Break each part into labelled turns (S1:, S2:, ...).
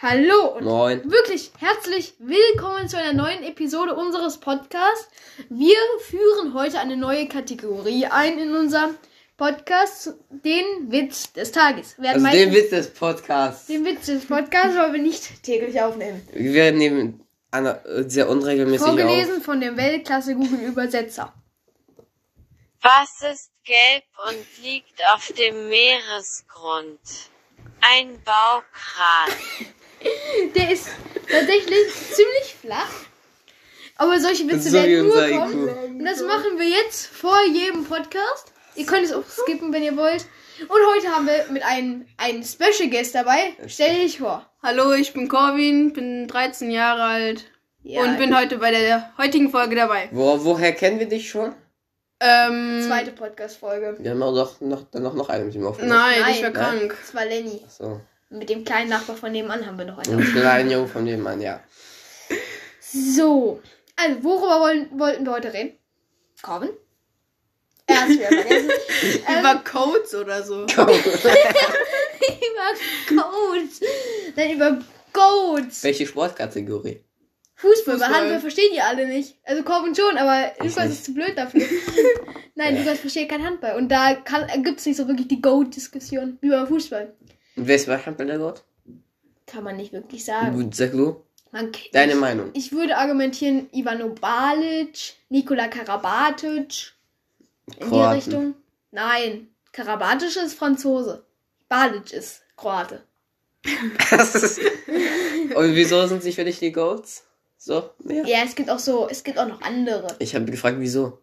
S1: Hallo und
S2: Moin.
S1: wirklich herzlich willkommen zu einer neuen Episode unseres Podcasts. Wir führen heute eine neue Kategorie ein in unserem Podcast, den Witz des Tages. Wir werden
S2: Also den
S1: meistens
S2: Witz des Podcasts.
S1: den Witz des Podcasts, weil wir nicht täglich aufnehmen.
S2: Wir nehmen an, sehr unregelmäßig
S1: Vorgelesen von dem Weltklasse Google Übersetzer.
S3: Was ist gelb und liegt auf dem Meeresgrund? Ein Baukran.
S1: Der ist tatsächlich ziemlich flach. Aber solche
S2: auf.
S1: Witze
S2: So wie
S1: werden nur
S2: unser
S1: kommen.
S2: IQ.
S1: Und das machen wir jetzt vor jedem Podcast. Ihr könnt es auch skippen, wenn ihr wollt. Und heute haben wir mit einem, einem Special Guest dabei. Stell dich vor.
S4: Hallo, ich bin Corwin, bin 13 Jahre alt und bin heute bei der heutigen Folge dabei.
S2: Wo, woher kennen wir dich schon?
S4: Ähm,
S1: Zweite Podcast-Folge.
S2: Wir haben auch noch, noch, dann noch, noch einen mit ihm aufgenommen.
S4: Nein,
S1: Nein.
S4: ich war krank.
S1: Das war Lenny.
S2: So.
S1: Mit dem kleinen Nachbar von nebenan haben wir noch
S2: Ein
S1: einen.
S2: kleiner Junge von dem Mann, ja.
S1: So. Also, worüber wollen, wollten wir heute reden? Corvin? Er hat's wieder vergessen.
S4: Über Codes oder so.
S1: über Codes. Dann über Codes.
S2: Welche Sportkategorie?
S1: Fußball,
S4: Fußball.
S1: Fußball. Handball verstehen die alle nicht. Also Corbin schon, aber Lukas
S2: nicht.
S1: ist zu blöd dafür. Nein, Lukas versteht kein Handball. Und da kann, gibt's nicht so wirklich die Go-Diskussion wie beim Fußball.
S2: Und wer ist bei Handball der Gott?
S1: Kann man nicht wirklich sagen.
S2: Gut, Sag du.
S1: Man kennt
S2: Deine
S1: ich,
S2: Meinung.
S1: ich würde argumentieren, Ivano Balic, Nikola Karabatic. In
S2: Kroaten.
S1: die Richtung. Nein, Karabatic ist Franzose. Balic ist Kroate.
S2: Und wieso sind sich für dich die Goats? So? Ja.
S1: Ja, es gibt auch so, es gibt auch noch andere.
S2: Ich habe gefragt, wieso.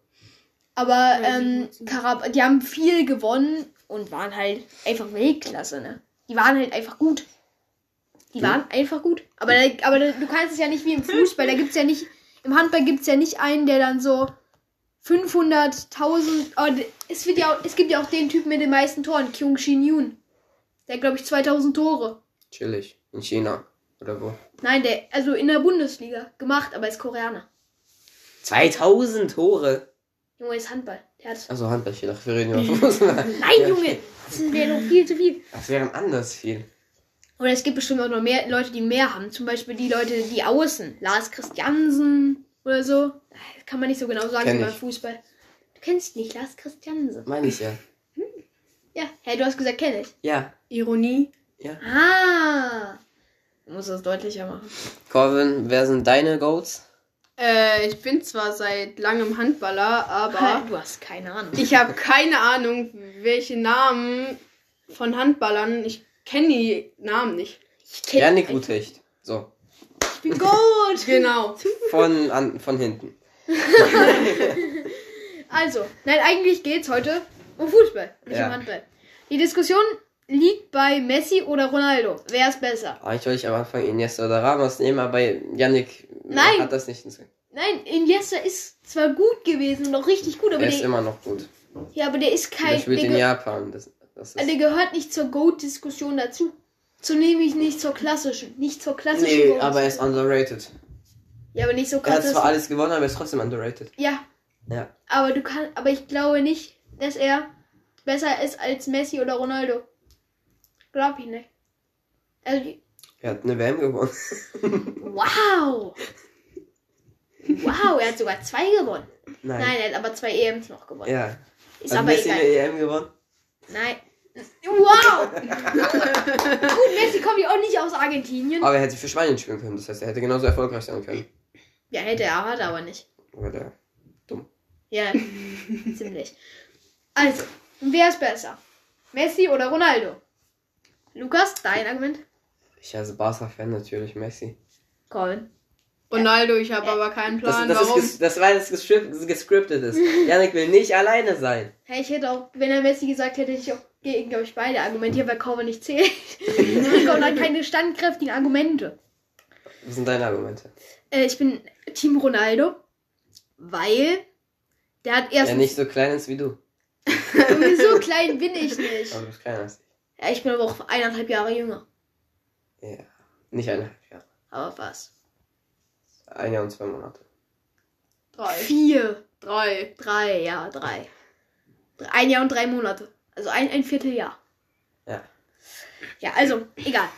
S1: Aber ähm, Karab die haben viel gewonnen und waren halt einfach Weltklasse, ne? Die waren halt einfach gut. Die
S2: Ja.
S1: waren einfach gut. Aber, da, aber da, du kannst es ja nicht wie im Fußball. Da gibt's ja nicht, im Handball gibt's ja nicht einen, der dann so 500.000. aber d- Es, wird ja, auch- es gibt ja auch den Typen mit den meisten Toren, Kyung Shin Yoon. Der hat, glaube ich, 2000 Tore.
S2: Chillig. In China. Oder wo?
S1: Nein, der, also in der Bundesliga gemacht, aber ist Koreaner.
S2: 2000 Tore.
S1: Junge, ist Handball. Der hat.
S2: Also Handball, ich dachte, wir reden über Fußball.
S1: Nein, Junge! Das wäre doch viel zu viel.
S2: Das wären anders viel.
S1: Oder es gibt bestimmt auch noch mehr Leute, die mehr haben. Zum Beispiel die Leute, die außen. Lars Christiansen oder so. Das kann man nicht so genau sagen
S2: Kenn
S1: wie beim
S2: ich.
S1: Fußball. Du kennst nicht Lars Christiansen.
S2: Meine ich ja.
S1: Ja, hey, du hast gesagt, kenne ich.
S2: Ja.
S4: Ironie.
S1: Ah. Du musst das deutlicher machen.
S2: Corvin, wer sind deine Goats?
S4: Äh, ich bin zwar seit langem Handballer, aber
S1: Aber du hast keine Ahnung.
S4: ich habe keine Ahnung, welche Namen von Handballern. Ich kenne die Namen nicht.
S1: Ich
S2: Ja,
S1: kenne
S2: Janik Rutecht. So.
S1: Ich bin gut.
S4: Genau.
S2: Von, an, von hinten.
S1: Also, nein, eigentlich geht's heute um Fußball, nicht
S2: Ja.
S1: um Handball. Die Diskussion liegt bei Messi oder Ronaldo. Wer ist besser?
S2: Eigentlich wollte Ah, ich am Anfang Iniesta oder Ramos nehmen, aber Yannick
S1: Nein.
S2: hat das nicht hinzu.
S1: Nein, Iniesta ist zwar gut gewesen und auch richtig gut, aber
S2: Er ist
S1: der,
S2: immer noch gut.
S1: ja, aber der ist
S2: Er
S1: kein.
S2: spielt
S1: der
S2: in
S1: geh-
S2: Japan. Das, das
S1: Also,
S2: ist
S1: der gehört nicht zur Goat-Diskussion dazu. So nehme ich nicht zur klassischen. Nicht zur klassischen
S2: nee,
S1: Goat.
S2: aber er ist underrated.
S1: Ja, aber nicht so
S2: Er hat
S1: krass.
S2: zwar
S1: dass-
S2: alles gewonnen, aber er ist trotzdem underrated.
S1: Ja,
S2: Ja.
S1: aber du kannst. Aber ich glaube nicht, dass er besser ist als Messi oder Ronaldo. Glaub ich nicht. Also, die-
S2: Er hat eine WM gewonnen.
S1: wow! Wow, er hat sogar zwei gewonnen.
S2: Nein.
S1: Nein, er hat aber zwei EMs noch gewonnen.
S2: Ja.
S1: Ist
S2: Hat
S1: aber
S2: Messi
S1: egal.
S2: eine EM gewonnen?
S1: Nein. Wow! Gut, Messi kommt ja auch nicht aus Argentinien.
S2: Aber er hätte für Spanien spielen können. Das heißt, er hätte genauso erfolgreich sein können.
S1: Ja, hätte er, hat er aber nicht.
S2: Aber der-
S1: Ja, ziemlich. Also, wer ist besser? Messi oder Ronaldo? Lukas, dein Argument?
S2: Ich als Barca-Fan natürlich, Messi.
S1: Colin.
S4: Ronaldo, ich habe aber keinen
S2: Das,
S4: Plan,
S2: das, ist,
S4: warum.
S2: ges- das war das gescript- das gescriptet ist. Yannick will nicht alleine sein.
S1: Hey, ich hätte auch, wenn er Messi gesagt hätte, hätte ich auch gegen, glaube ich, beide argumentiert, weil Corwin nicht zählt. Corwin hat keine standkräftigen Argumente.
S2: Was sind deine Argumente?
S1: Äh, ich bin Team Ronaldo, weil der hat
S2: Er
S1: erst.
S2: nicht so klein ist wie du.
S1: Irgendwie so klein bin ich nicht.
S2: Aber du bist kleiner als ich.
S1: Ja, ich bin aber auch eineinhalb Jahre jünger.
S2: Ja. Nicht eineinhalb Jahre.
S1: Aber was?
S2: Ein Jahr und zwei Monate.
S4: Drei.
S1: Vier.
S4: Drei.
S1: Drei, ja, drei. Ein Jahr und drei Monate. Also ein, ein Vierteljahr.
S2: Ja.
S1: Ja, also, egal.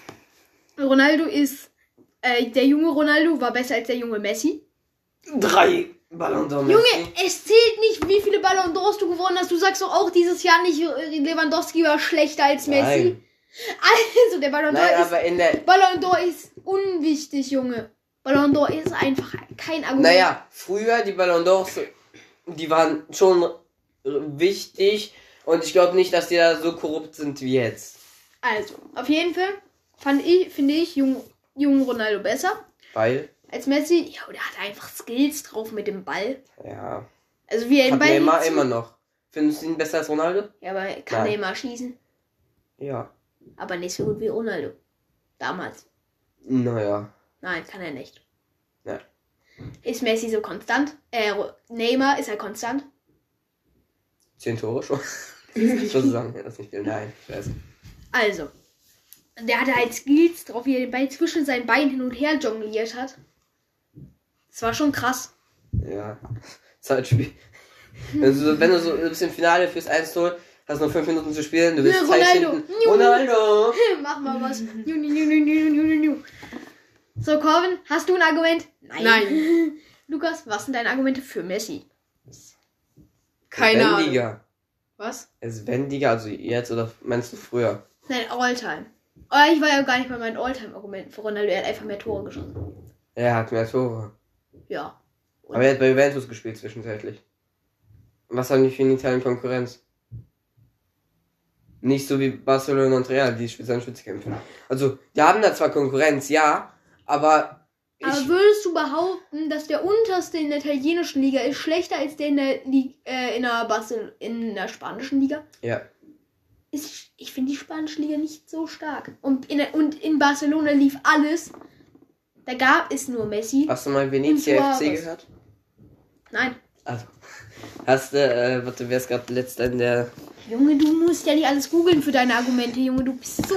S1: Ronaldo ist, äh, der junge Ronaldo war besser als der junge Messi.
S2: Drei Ballon d'Or.
S1: Junge,
S2: Messi.
S1: es zählt nicht, wie viele Ballon d'Ors du gewonnen hast. Du sagst doch auch dieses Jahr nicht, äh, Lewandowski war schlechter als Messi.
S2: Nein,
S1: Also, der Ballon
S2: Nein
S1: d'Or ist
S2: aber in der.
S1: Ballon d'Or ist unwichtig, Junge. Ballon d'Or ist einfach kein Argument.
S2: Naja, früher die Ballon d'Ors, die waren schon r- wichtig und ich glaube nicht, dass die da so korrupt sind wie jetzt.
S1: Also, auf jeden Fall fand ich, finde ich jungen jung Ronaldo besser
S2: Weil,
S1: als Messi. Ja, der hat einfach Skills drauf mit dem Ball.
S2: ja,
S1: Also wie er den
S2: hat
S1: Ball
S2: Neymar
S1: hinzu-
S2: immer noch. Findest du ihn besser als Ronaldo?
S1: Ja, aber er kann
S2: Nein.
S1: Neymar schießen,
S2: Ja.
S1: aber nicht so gut wie Ronaldo. Damals.
S2: Naja.
S1: Nein, kann er nicht.
S2: Ja.
S1: Ist Messi so konstant? Äh, Ro- Neymar ist er konstant?
S2: Zehn Tore schon. Sozusagen, das nicht viel. Nein, ich weiß.
S1: Also, der hatte halt Skills drauf, wie er den Ball zwischen seinen Beinen hin und her jongliert hat. Das war schon krass.
S2: Ja. Zeitspiel. Wenn du, wenn du so du bist im Finale fürs 1-0, hast noch fünf Minuten zu spielen, du bist
S1: Ja,
S2: Zeit
S1: Ronaldo.
S2: hinten.
S1: Juhu.
S2: Ronaldo!
S1: Mach mal was. Nu, nu, nu, nu, nu, nu, nu, nu. So, Corvin, hast du ein Argument?
S4: Nein.
S1: Lukas, was sind deine Argumente für Messi?
S4: Keine Ahnung.
S2: Wendiger.
S4: Was?
S2: Es ist wendiger, also jetzt oder meinst du früher?
S1: Nein, Alltime. Oh, ich war ja gar nicht bei meinen Alltime-Argumenten für Ronaldo. Er hat einfach mehr Tore geschossen.
S2: Er hat mehr Tore.
S1: Ja.
S2: Aber er hat bei Juventus gespielt zwischenzeitlich. Was haben die für in Italien Konkurrenz? Nicht so wie Barcelona und Real, die spielen Spitzkämpfe. Also, die haben da zwar Konkurrenz, ja, aber ich,
S1: Aber würdest du behaupten, dass der unterste in der italienischen Liga ist schlechter als der in der, Lig äh, in der, Basel in der spanischen Liga?
S2: ja,
S1: ist, ich finde die spanische Liga nicht so stark. Und in, und in Barcelona lief alles. Da gab es nur Messi.
S2: hast du mal Venezia
S1: Und
S2: FC
S1: Suarez.
S2: gehört?
S1: Nein.
S2: Also, hast du, äh, warte, wer ist gerade letzter in der
S1: Junge, du musst ja nicht alles googeln für deine Argumente, Junge. Du bist so.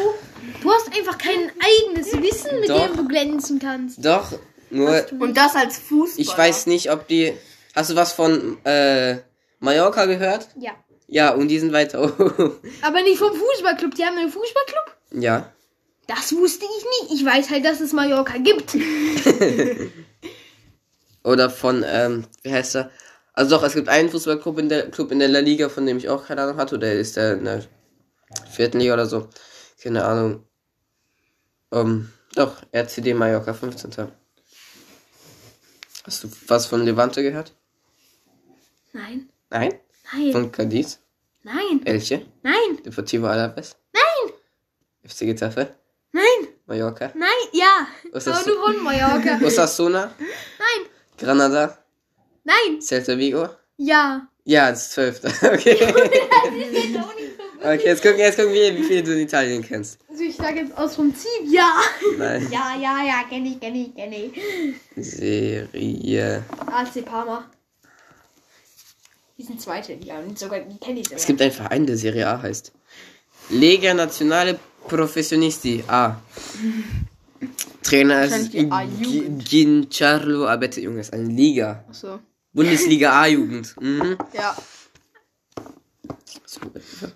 S1: Du hast einfach kein eigenes Wissen, mit
S2: Doch.
S1: dem du glänzen kannst.
S2: Doch, nur,
S1: Hast du-
S4: Und das als Fußballer.
S2: ich weiß nicht, ob die, hast du was von, äh, Mallorca gehört?
S1: Ja.
S2: Ja, und die sind weiter oben.
S1: Aber nicht vom Fußballclub. Die haben einen Fußballclub?
S2: Ja.
S1: Das wusste ich nie. Ich weiß halt, dass es Mallorca gibt.
S2: Oder von, ähm, wie heißt er? Also doch, es gibt einen Fußballclub in der Club in der La Liga, von dem ich auch keine Ahnung hatte, oder ist der in der vierten Liga oder so. Keine Ahnung. Ähm, doch, RCD Mallorca 15. Hast du was von Levante gehört?
S1: Nein.
S2: Nein?
S1: Nein.
S2: Von Cadiz?
S1: Nein.
S2: Elche?
S1: Nein.
S2: Deportivo Alaves?
S1: Nein.
S2: FC Getafe?
S1: Nein.
S2: Mallorca?
S1: Nein. Ja.
S2: Was
S1: Aber
S2: hast du-
S1: du von Mallorca.
S2: Osasuna?
S1: Nein.
S2: Granada?
S1: Nein.
S2: Celta Vigo?
S1: Ja.
S2: Ja, das zwölfte. Okay. okay, jetzt gucken, jetzt gucken wir, wie viel du in Italien kennst.
S1: Also ich sage jetzt aus vom Ziel, ja.
S2: Nein.
S1: Ja, ja, ja, kenne ich, kenne ich, kenne ich.
S2: Serie.
S1: AC Parma. Die sind zweite, ja, und sogar, die kenne ich sogar.
S2: Es gibt einen Verein, der Serie A heißt. Lega Nazionale Professionisti A. Trainer ist
S4: Wahrscheinlich die A-Jugend.
S2: Gi- Giancarlo Abete, Junge, das ist eine Liga.
S4: Achso.
S2: Bundesliga A-Jugend. Mhm.
S4: Ja.
S2: So, ja.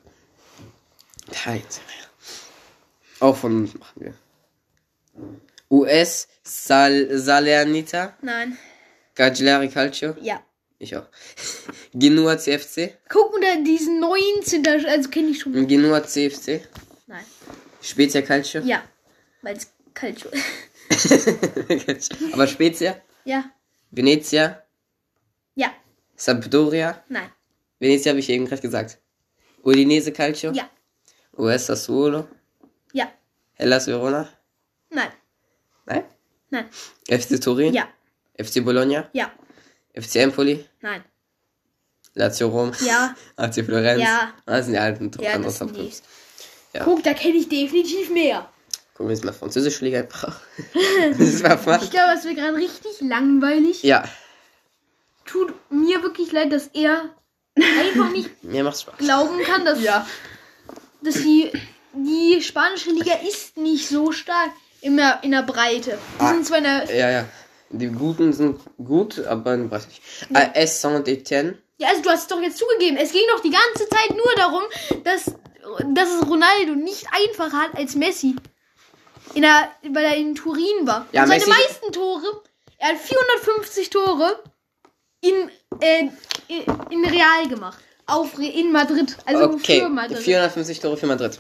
S2: Italien, Serie A. Auch von uns machen wir. US Sal Salernita.
S1: Nein,
S2: Cagliari Calcio?
S1: ja.
S2: Ich auch. Genua CFC?
S1: Guck unter diesen 19, da- also kenne ich schon.
S2: Genua CFC?
S1: Nein.
S2: Spezia Calcio?
S1: Ja, weil es Calcio
S2: Aber Spezia?
S1: Ja,
S2: Venezia?
S1: ja,
S2: Sampdoria?
S1: nein,
S2: Venezia habe ich eben gerade gesagt. Udinese Calcio?
S1: ja,
S2: US Sassuolo?
S1: ja,
S2: Hellas Verona?
S1: nein,
S2: Nein?
S1: nein,
S2: FC Turin?
S1: ja,
S2: FC Bologna?
S1: ja,
S2: FC Empoli?
S1: nein,
S2: Lazio Rom?
S1: ja,
S2: AC Florenz?
S1: Ja.
S2: Ah, Das sind die alten
S1: ja,
S2: anderen
S1: das sind
S2: Top-
S1: die.
S2: Ja.
S1: Guck, da kenne ich definitiv mehr.
S2: Gucken wir uns mal französische Liga an. das war
S1: Ich
S2: fast.
S1: glaube, es wird gerade richtig langweilig.
S2: Ja,
S1: Tut mir wirklich leid, dass er einfach nicht
S2: mir macht Spaß.
S1: glauben kann, dass,
S4: Ja.
S1: dass die, die spanische Liga ist nicht so stark in der, in der Breite. Die
S2: Ah.
S1: sind zwar in der,
S2: Ja, ja. Die Guten sind gut, aber ich weiß nicht. Ah, AS Saint-Etienne.
S1: ja, also du hast es doch jetzt zugegeben, es ging doch die ganze Zeit nur darum, dass, dass es Ronaldo nicht einfacher hat als Messi. in der, weil er in Turin war.
S2: Ja,
S1: und seine
S2: Messi-
S1: meisten Tore, er hat 450 Tore in, äh, in, in Real gemacht. Auf, Re- in Madrid. Also
S2: okay,
S1: für Madrid.
S2: 450 Tore für Madrid.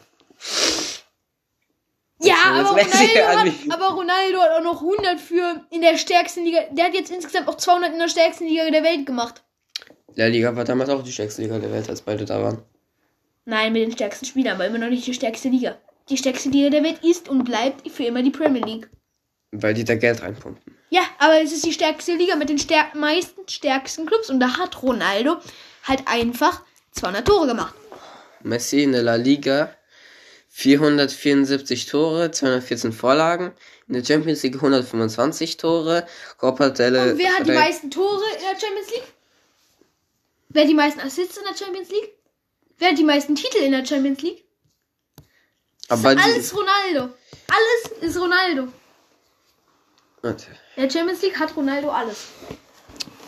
S1: Ja,
S2: Jetzt also
S1: aber
S2: lässt sich
S1: Ronaldo,
S2: ja
S1: hat,
S2: nicht.
S1: aber Ronaldo hat auch noch 100 für in der stärksten Liga. Der hat jetzt insgesamt auch 200 in der stärksten Liga der Welt gemacht.
S2: La Liga war damals auch die stärkste Liga der Welt, als beide da waren.
S1: Nein, mit den stärksten Spielern, aber immer noch nicht die stärkste Liga. Die stärkste Liga der Welt ist und bleibt für immer die Premier League.
S2: Weil die da Geld reinpumpen.
S1: Ja, aber es ist die stärkste Liga mit den stärk meisten stärksten Clubs und da hat Ronaldo halt einfach 200 Tore gemacht.
S2: Messi in der La Liga 474 Tore, 214 Vorlagen. In der Champions League 125 Tore. Copa delle
S1: Und wer hat die
S2: Rey-
S1: meisten Tore in der Champions League? Wer hat die meisten Assists in der Champions League? Wer hat die meisten Titel in der Champions League?
S2: Aber die,
S1: Alles Ronaldo. Alles ist Ronaldo.
S2: Warte.
S1: In der Champions League hat Ronaldo alles.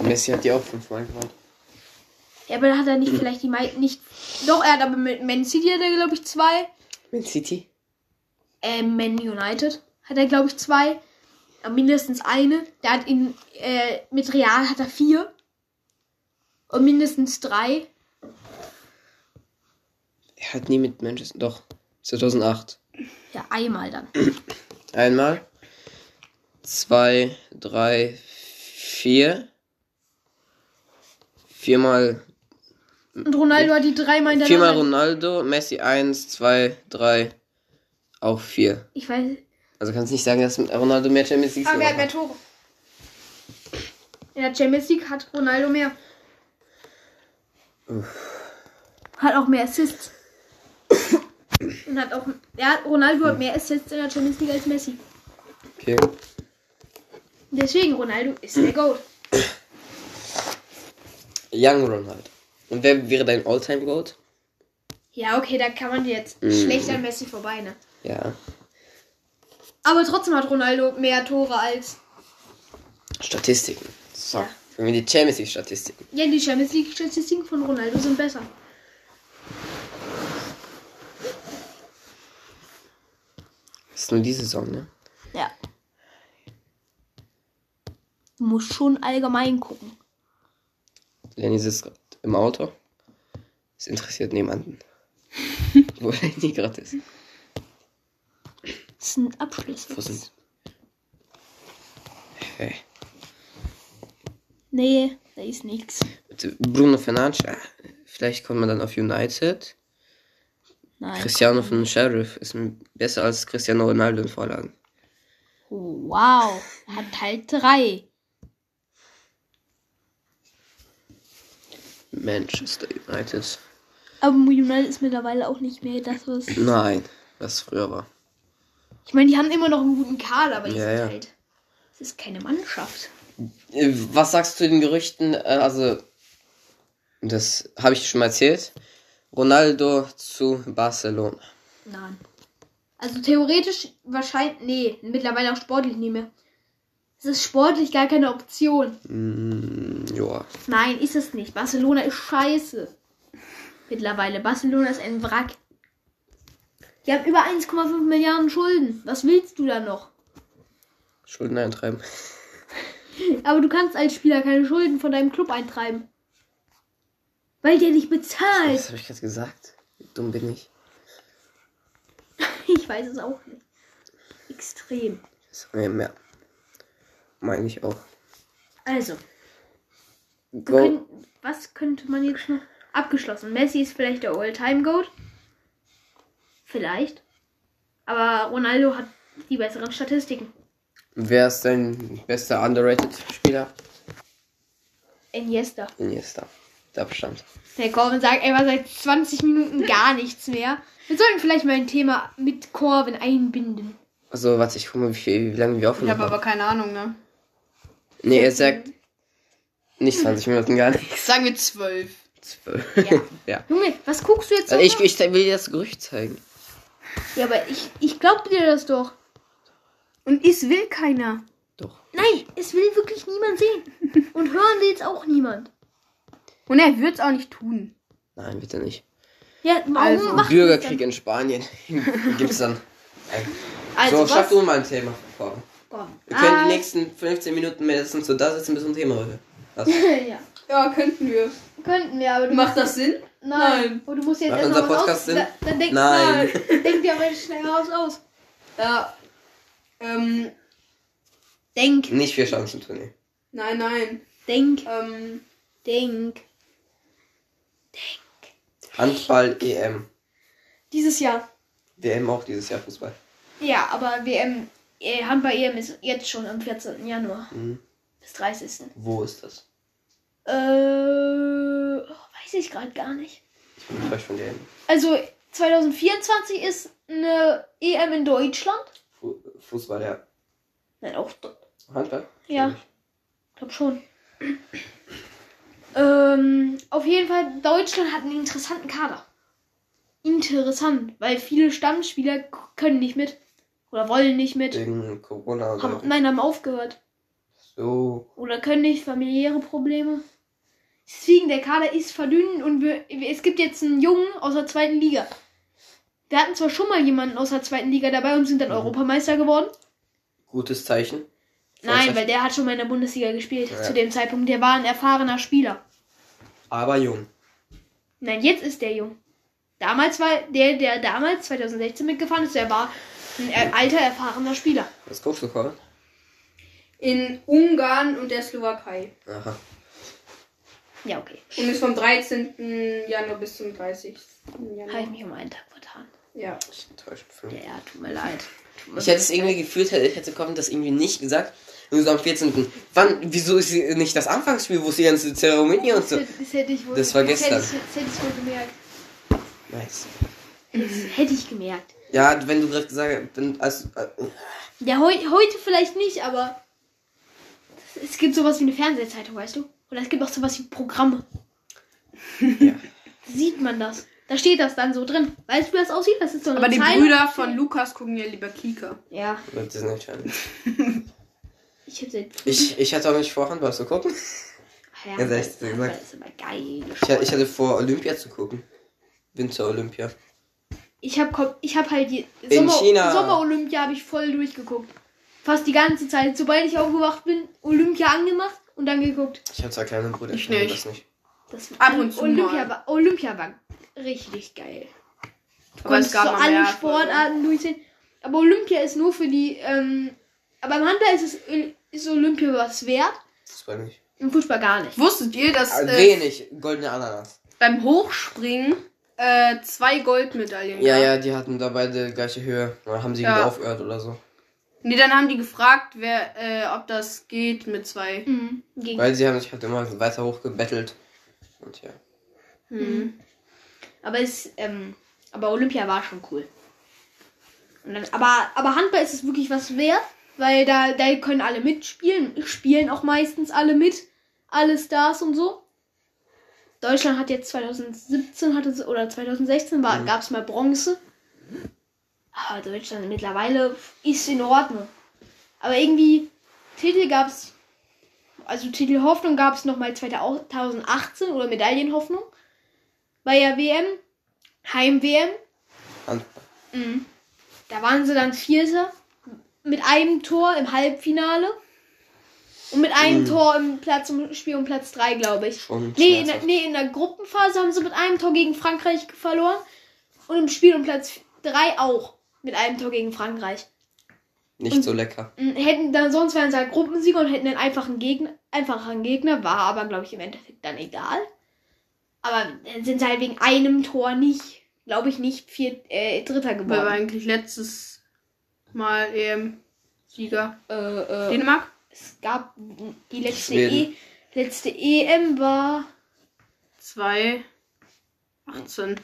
S2: Messi hat die auch fünfmal gewonnen.
S1: Ja, aber da hat er nicht vielleicht die mei- nicht. Doch, er hat aber mit Man City hat er, glaube ich, zwei.
S2: Man City?
S1: Äh, Man United hat er, glaube ich, zwei. Äh, Mindestens eine. Der hat in, äh, mit Real hat er vier. Und mindestens drei.
S2: Er hat nie mit Manchester. Doch. 2008.
S1: Ja, einmal dann.
S2: Einmal. Zwei, drei, vier. Viermal,
S1: Und Ronaldo hat die dreimal in der
S2: viermal Ronaldo, Messi eins, zwei, drei, auch vier.
S1: Ich weiß.
S2: Also kannst nicht sagen, dass Ronaldo mehr Champions League
S1: Aber Ah,
S4: halt
S1: wer hat mehr Tore? In der Champions League hat Ronaldo mehr. Hat auch mehr Assists. Und hat auch. Ja, Ronaldo hat mehr Assists in der Champions League als Messi.
S2: Okay.
S1: Deswegen, Ronaldo ist der Goat.
S2: Young Ronaldo. Und wer wäre dein Alltime Goat?
S1: Ja, okay, da kann man jetzt schlecht an Messi vorbei, ne?
S2: Ja.
S1: Aber trotzdem hat Ronaldo mehr Tore als.
S2: Statistiken. So. Wenn wir die Champions League Statistiken.
S1: Ja, die Champions League-Statistiken von Ronaldo sind besser.
S2: Ist nur diese Saison, ne?
S1: Ja. Du musst schon allgemein gucken.
S2: Lenny sitzt grad im Auto. Es interessiert niemanden. Wo Lenny gerade ist.
S1: Das sind Abschlüsse.
S2: Wo sind. Hey.
S1: Nee, da ist nichts.
S2: Also, Bruno Fernandes, ah, vielleicht kommt man dann auf United.
S1: Nein.
S2: Cristiano von Sheriff ist m- besser als Cristiano Ronaldo in Vorlagen.
S1: Wow, hat halt drei.
S2: Manchester United.
S1: Aber United ist mittlerweile auch nicht mehr das, was.
S2: Nein, was früher war.
S1: Ich meine, die haben immer noch einen guten Kader, aber die
S2: Ja,
S1: sind
S2: ja.
S1: halt. Das ist keine Mannschaft.
S2: Äh, Was sagst du den Gerüchten? äh, Also, das habe ich schon mal erzählt. Ronaldo zu Barcelona.
S1: Nein. Also theoretisch wahrscheinlich. Nee, mittlerweile auch sportlich nicht mehr. Es ist sportlich gar keine Option.
S2: Mm, joa.
S1: Nein, ist es nicht. Barcelona ist scheiße. Mittlerweile. Barcelona ist ein Wrack. Die haben über 1,5 Milliarden Schulden. Was willst du da noch?
S2: Schulden eintreiben.
S1: Aber du kannst als Spieler keine Schulden von deinem Club eintreiben. Weil der dich bezahlt.
S2: Was habe ich gerade gesagt? Wie dumm bin ich.
S1: Ich weiß es auch nicht. Extrem.
S2: Das haben wir mehr. Meine ich auch.
S1: Also, wir
S2: Go.
S1: können, was könnte man jetzt noch? Abgeschlossen. Messi ist vielleicht der All-Time-Goat. Vielleicht. Aber Ronaldo hat die besseren Statistiken.
S2: Wer ist dein bester Underrated-Spieler?
S1: Iniesta.
S2: Iniesta. Der Abstand.
S1: Der Corvin sagt, er war seit 20 Minuten gar nichts mehr. Wir sollten vielleicht mal ein Thema mit Corvin einbinden.
S2: Also, warte, ich guck mal, wie, viel, wie lange wir
S4: Ich
S2: aufgenommen
S4: habe aber
S2: haben.
S4: keine Ahnung, ne?
S2: Nee, er sagt nicht 20 Minuten, gar nicht.
S4: Sagen wir zwölf.
S2: Zwölf.
S1: Ja.
S2: ja.
S1: Junge, was guckst du jetzt
S2: Also ich,
S1: noch?
S2: ich will dir das Gerücht zeigen.
S1: Ja, aber ich, ich glaub dir das doch.
S4: Und es will keiner.
S2: Doch.
S1: Nein, es will wirklich niemand sehen. Und hören will jetzt auch niemand.
S4: Und er wird's auch nicht tun.
S2: Nein, bitte nicht.
S1: Ja, warum
S4: Also,
S1: macht
S2: Bürgerkrieg in Spanien gibt's dann.
S4: Also
S2: so, schaff
S4: was?
S2: du mal ein Thema vor.
S1: Oh.
S2: Wir können
S1: Ah,
S2: die nächsten 15 Minuten mindestens so da sitzen bis zum Thema heute. Das.
S1: ja.
S4: Ja, könnten wir.
S1: Könnten wir, aber du
S4: Macht das Sinn?
S1: Nein.
S4: Nein.
S1: Oh, du musst jetzt
S2: Macht
S1: erst
S2: unser
S1: noch was
S2: Podcast
S1: aus.
S2: Sinn?
S1: Da, dann denk,
S2: Nein.
S1: denk dir aber schnell was aus.
S4: Ja. Ähm,
S1: Denk,
S2: Nicht vier Chancen Turnier.
S4: nein, nein.
S1: denk,
S4: Ähm,
S1: denk.
S2: Handball E EM.
S1: Dieses Jahr.
S2: WM auch dieses Jahr Fußball.
S1: Ja, aber WM, äh, Handball-EM ist jetzt schon am 14. Januar. Bis 30.
S2: Mhm. Wo ist das?
S1: Äh, oh, weiß ich gerade gar nicht.
S2: Ich bin enttäuscht von der EM.
S1: Also 2024 ist eine EM in Deutschland.
S2: Fu Fußball, ja.
S1: Nein, auch do-
S2: Handball?
S1: Ja. glaub schon. Ähm, auf jeden Fall, Deutschland hat einen interessanten Kader. Interessant, weil viele Stammspieler k- können nicht mit. Oder wollen nicht mit.
S2: Wegen Corona
S1: Haben,
S2: oder
S1: nein, haben aufgehört.
S2: so.
S1: Oder können nicht, familiäre Probleme. Deswegen, der Kader ist verdünnt und wir, es gibt jetzt einen Jungen aus der zweiten Liga. Wir hatten zwar schon mal jemanden aus der zweiten Liga dabei und sind dann
S2: Mhm.
S1: Europameister geworden.
S2: Gutes Zeichen.
S1: Nein, weil der hat schon mal in der Bundesliga gespielt
S2: Ja.
S1: zu dem Zeitpunkt. Der war ein erfahrener Spieler.
S2: Aber jung.
S1: Nein, jetzt ist der jung. Damals war der, der damals 2016 mitgefahren ist, der war ein er- alter, erfahrener Spieler.
S2: Was guckst du, Colin?
S4: in Ungarn und der Slowakei.
S2: Aha.
S1: Ja, okay.
S4: Und ist vom 13. Januar bis zum 30.
S1: Habe ich
S4: Januar.
S1: mich um einen Tag vertan.
S4: Ja.
S2: Ich enttäuscht von
S1: Ja,
S2: mir.
S1: ja, tut mir leid. Tut mir
S2: Ich hätte es irgendwie gefühlt, hätte- ich hätte Colin das irgendwie nicht gesagt. Und so am 14. Wann, wieso ist sie- nicht das Anfangsspiel, wo es die ganze Zeremonie und
S1: das,
S2: so.
S1: hätte, das hätte ich wohl
S2: Das war gestern.
S1: Das hätte, ich- das hätte ich wohl gemerkt.
S2: Nice.
S1: Das hätte ich gemerkt.
S2: Ja, wenn du gerade gesagt hast, wenn- als, äh,
S1: Ja, heu, heute vielleicht nicht, aber es gibt sowas wie eine Fernsehzeitung, weißt du? Oder es gibt auch sowas wie Programme.
S2: Ja.
S1: Sieht man das? Da steht das dann so drin. Weißt du, wie das aussieht? Das ist so eine
S4: Aber die
S1: Zeile.
S4: Brüder von Lukas gucken ja lieber Kika.
S1: Ja,
S2: mit Disney Channel.
S1: ich hätte jetzt.
S2: Ich, ich hatte auch nicht vor, Handball zu gucken.
S1: Ach Ah Ja,
S2: Ja, das hast du
S1: das
S2: gesagt.
S1: ist aber geil.
S2: Ich, ha- ich hatte vor, Olympia zu gucken. Winter Olympia.
S1: Ich habe ich hab halt die
S2: In China.
S1: Sommer-Olympia habe ich voll durchgeguckt. Fast die ganze Zeit. Sobald ich aufgewacht bin, Olympia angemacht und dann geguckt.
S2: Ich habe zwei kleine Brüder,
S4: Ich
S2: kann
S4: nicht.
S2: das nicht.
S1: Das
S4: Ab und zu
S1: Olympia
S4: mal.
S1: war, Olympia war richtig geil. Du
S4: Aber es
S1: konntest so
S4: gab mal
S1: alle
S4: mehr
S1: Sportarten durchsehen. Aber Olympia ist nur für die. Ähm, aber im Handball ist, es, ist Olympia was wert.
S2: Fußball nicht.
S1: Im Fußball gar nicht.
S4: Wusstet ihr, dass
S2: Ah,
S4: äh,
S2: wenig. Goldene Ananas.
S4: beim Hochspringen äh, zwei Goldmedaillen
S2: Ja,
S4: gab?
S2: ja, die hatten da beide gleiche Höhe. Dann haben sie
S4: Ja.
S2: wieder aufgehört oder so.
S4: Nee, dann haben die gefragt, wer, äh, ob das geht mit zwei.
S1: Mhm. Gegen
S2: Weil sie haben sich halt immer weiter hochgebettelt. Und ja.
S4: Mhm.
S1: Aber es, ähm, aber Olympia war schon cool. Und dann, aber, aber Handball ist es wirklich was wert, weil da, da können alle mitspielen, spielen auch meistens alle mit, alle Stars und so. Deutschland hat jetzt 2017 hatte sie- oder 2016 war
S2: Mhm.
S1: gab es mal Bronze. Aber Deutschland mittlerweile ist in Ordnung. Aber irgendwie Titel gab es also Titelhoffnung gab es nochmal 2018 oder Medaillenhoffnung bei der WM, Heim-WM.
S2: Handball.
S1: Da waren sie dann Vierter mit einem Tor im Halbfinale und mit einem Tor im Platz im Spiel um Platz 3, glaube ich.
S2: Schon
S1: Nee in, der,
S2: schmerzhaft.
S1: nee, in der Gruppenphase haben sie mit einem Tor gegen Frankreich verloren und im Spiel um Platz 3 auch mit einem Tor gegen Frankreich.
S2: Nicht so lecker.
S1: Mm, Hätten dann sonst wären sie halt Gruppensieger und hätten einen einfachen Gegner, einfacheren Gegner, war aber glaube ich im Endeffekt dann egal. Aber dann sind sie halt wegen einem Tor nicht, glaube ich nicht vier, äh, Dritter
S4: Wer war
S1: geworden.
S4: eigentlich letztes Mal EM-Sieger?
S1: Äh, äh,
S4: Dänemark?
S1: es gab die letzte, e,
S2: Schweden.
S1: letzte EM war,
S4: 2018.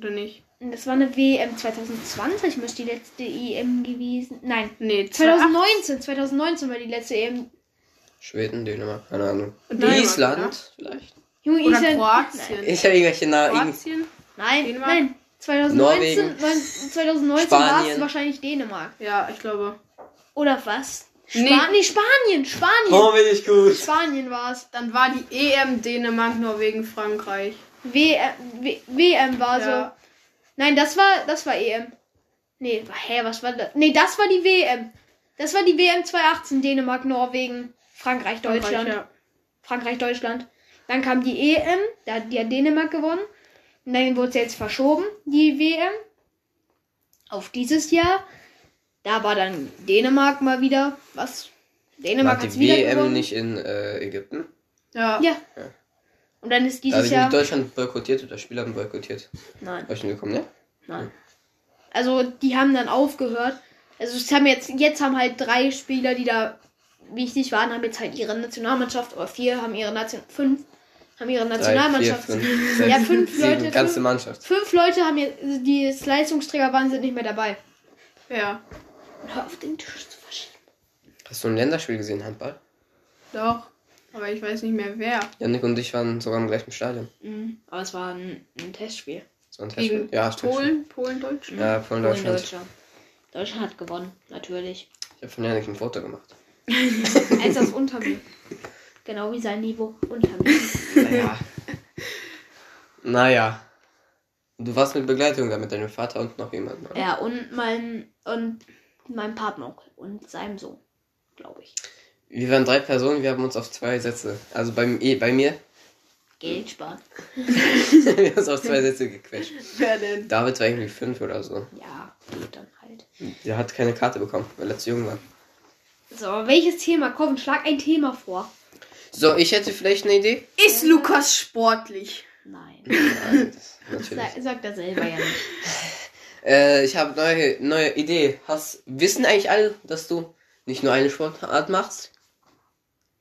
S4: Oder nicht?
S1: das war eine WM 2020 müsste die letzte EM gewesen. Nein,
S4: Nee,
S1: 2019, 2019 war die letzte E EM.
S2: Schweden, Dänemark, keine Ahnung.
S4: Dänemark,
S2: Island
S4: oder?
S2: vielleicht.
S1: Junge,
S4: Oder
S1: Island-
S4: Kroatien.
S2: Ich habe irgendwelche Na irgend
S4: Kroatien?
S1: Nein, nein,
S4: Dänemark?
S1: nein. 2019,
S2: Norwegen.
S1: neun- 2019 war es
S2: Spanien.
S1: wahrscheinlich Dänemark.
S4: Ja, ich glaube.
S1: Oder was? Span
S4: Nee.
S1: nee. Spanien, Spanien.
S2: Oh, bin ich gut.
S1: Spanien war es.
S4: Dann war die EM Dänemark, Norwegen, Frankreich.
S1: WM, W- WM war
S4: Ja.
S1: so. Nein, das war das war EM. E Nee, hä, was war das? Nee, das war die WM. Das war die WM 2018. Dänemark, Norwegen, Frankreich, Deutschland.
S4: Frankreich, ja.
S1: Frankreich, Deutschland. Dann kam die EM, da hat die hat Dänemark gewonnen. Und dann wurde es jetzt verschoben, die WM. Auf dieses Jahr. Da war dann Dänemark mal wieder. Was? Dänemark
S2: War
S1: hat
S2: die
S1: wieder
S2: WM
S1: gewonnen.
S2: nicht in äh, Ägypten?
S4: Ja.
S1: Ja. Und dann ist
S2: Da habe
S1: dieses
S2: ich nicht
S1: Jahr.
S2: Deutschland boykottiert oder Spieler haben boykottiert.
S1: Nein,
S2: Hab ich hingekommen, ne?
S1: nein. Also die haben dann aufgehört. Also es haben jetzt, jetzt haben halt drei Spieler, die da wichtig waren, haben jetzt halt ihre Nationalmannschaft oder vier haben ihre Nation fünf haben ihre Nationalmannschaft.
S2: Drei, vier, fünf, sechs,
S1: ja, fünf
S2: sieben,
S1: Leute.
S2: ganze
S1: Fünf,
S2: Mannschaft.
S1: fünf Leute haben jetzt, also die als Leistungsträger waren, sind nicht mehr dabei.
S4: Ja.
S1: Hör auf den Tisch zu verschieben.
S2: Hast du ein Länderspiel gesehen, Handball?
S4: Doch. Aber ich weiß nicht mehr wer.
S2: Janik und ich waren sogar im gleichen Stadion.
S1: Mhm. Aber es war ein, ein Testspiel.
S2: So ein
S4: Gegen
S2: Testspiel. Ja, stimmt. schon.
S4: Polen, Polen, Deutsch.
S2: Ja, Polen, Deutschland.
S1: Deutschland hat gewonnen, natürlich.
S2: Ich habe von Janik ein Foto gemacht.
S4: Eins das unter mir.
S1: Genau wie sein Niveau unter mir.
S2: Naja. naja. Du warst mit Begleitung da, mit deinem Vater und noch jemandem. oder?
S1: ja, und mein und mein Partneronkel und seinem Sohn, glaube ich.
S2: Wir waren drei Personen, wir haben uns auf zwei Sätze, also bei, eh, bei mir,
S1: Geld sparen.
S2: wir haben uns auf zwei Sätze gequetscht.
S4: Wer denn?
S2: David war irgendwie fünf oder so.
S1: Ja, gut, dann halt.
S2: Der hat keine Karte bekommen, weil er zu jung war.
S1: So, welches Thema? Komm, schlag ein Thema vor.
S2: So, ich hätte vielleicht eine Idee.
S4: Ist Lukas sportlich?
S1: Nein.
S2: Nein, das- natürlich.
S1: Sag, sagt er selber ja nicht.
S2: Äh, ich habe neue neue Idee. Hast wissen eigentlich alle, dass du nicht nur eine Sportart machst?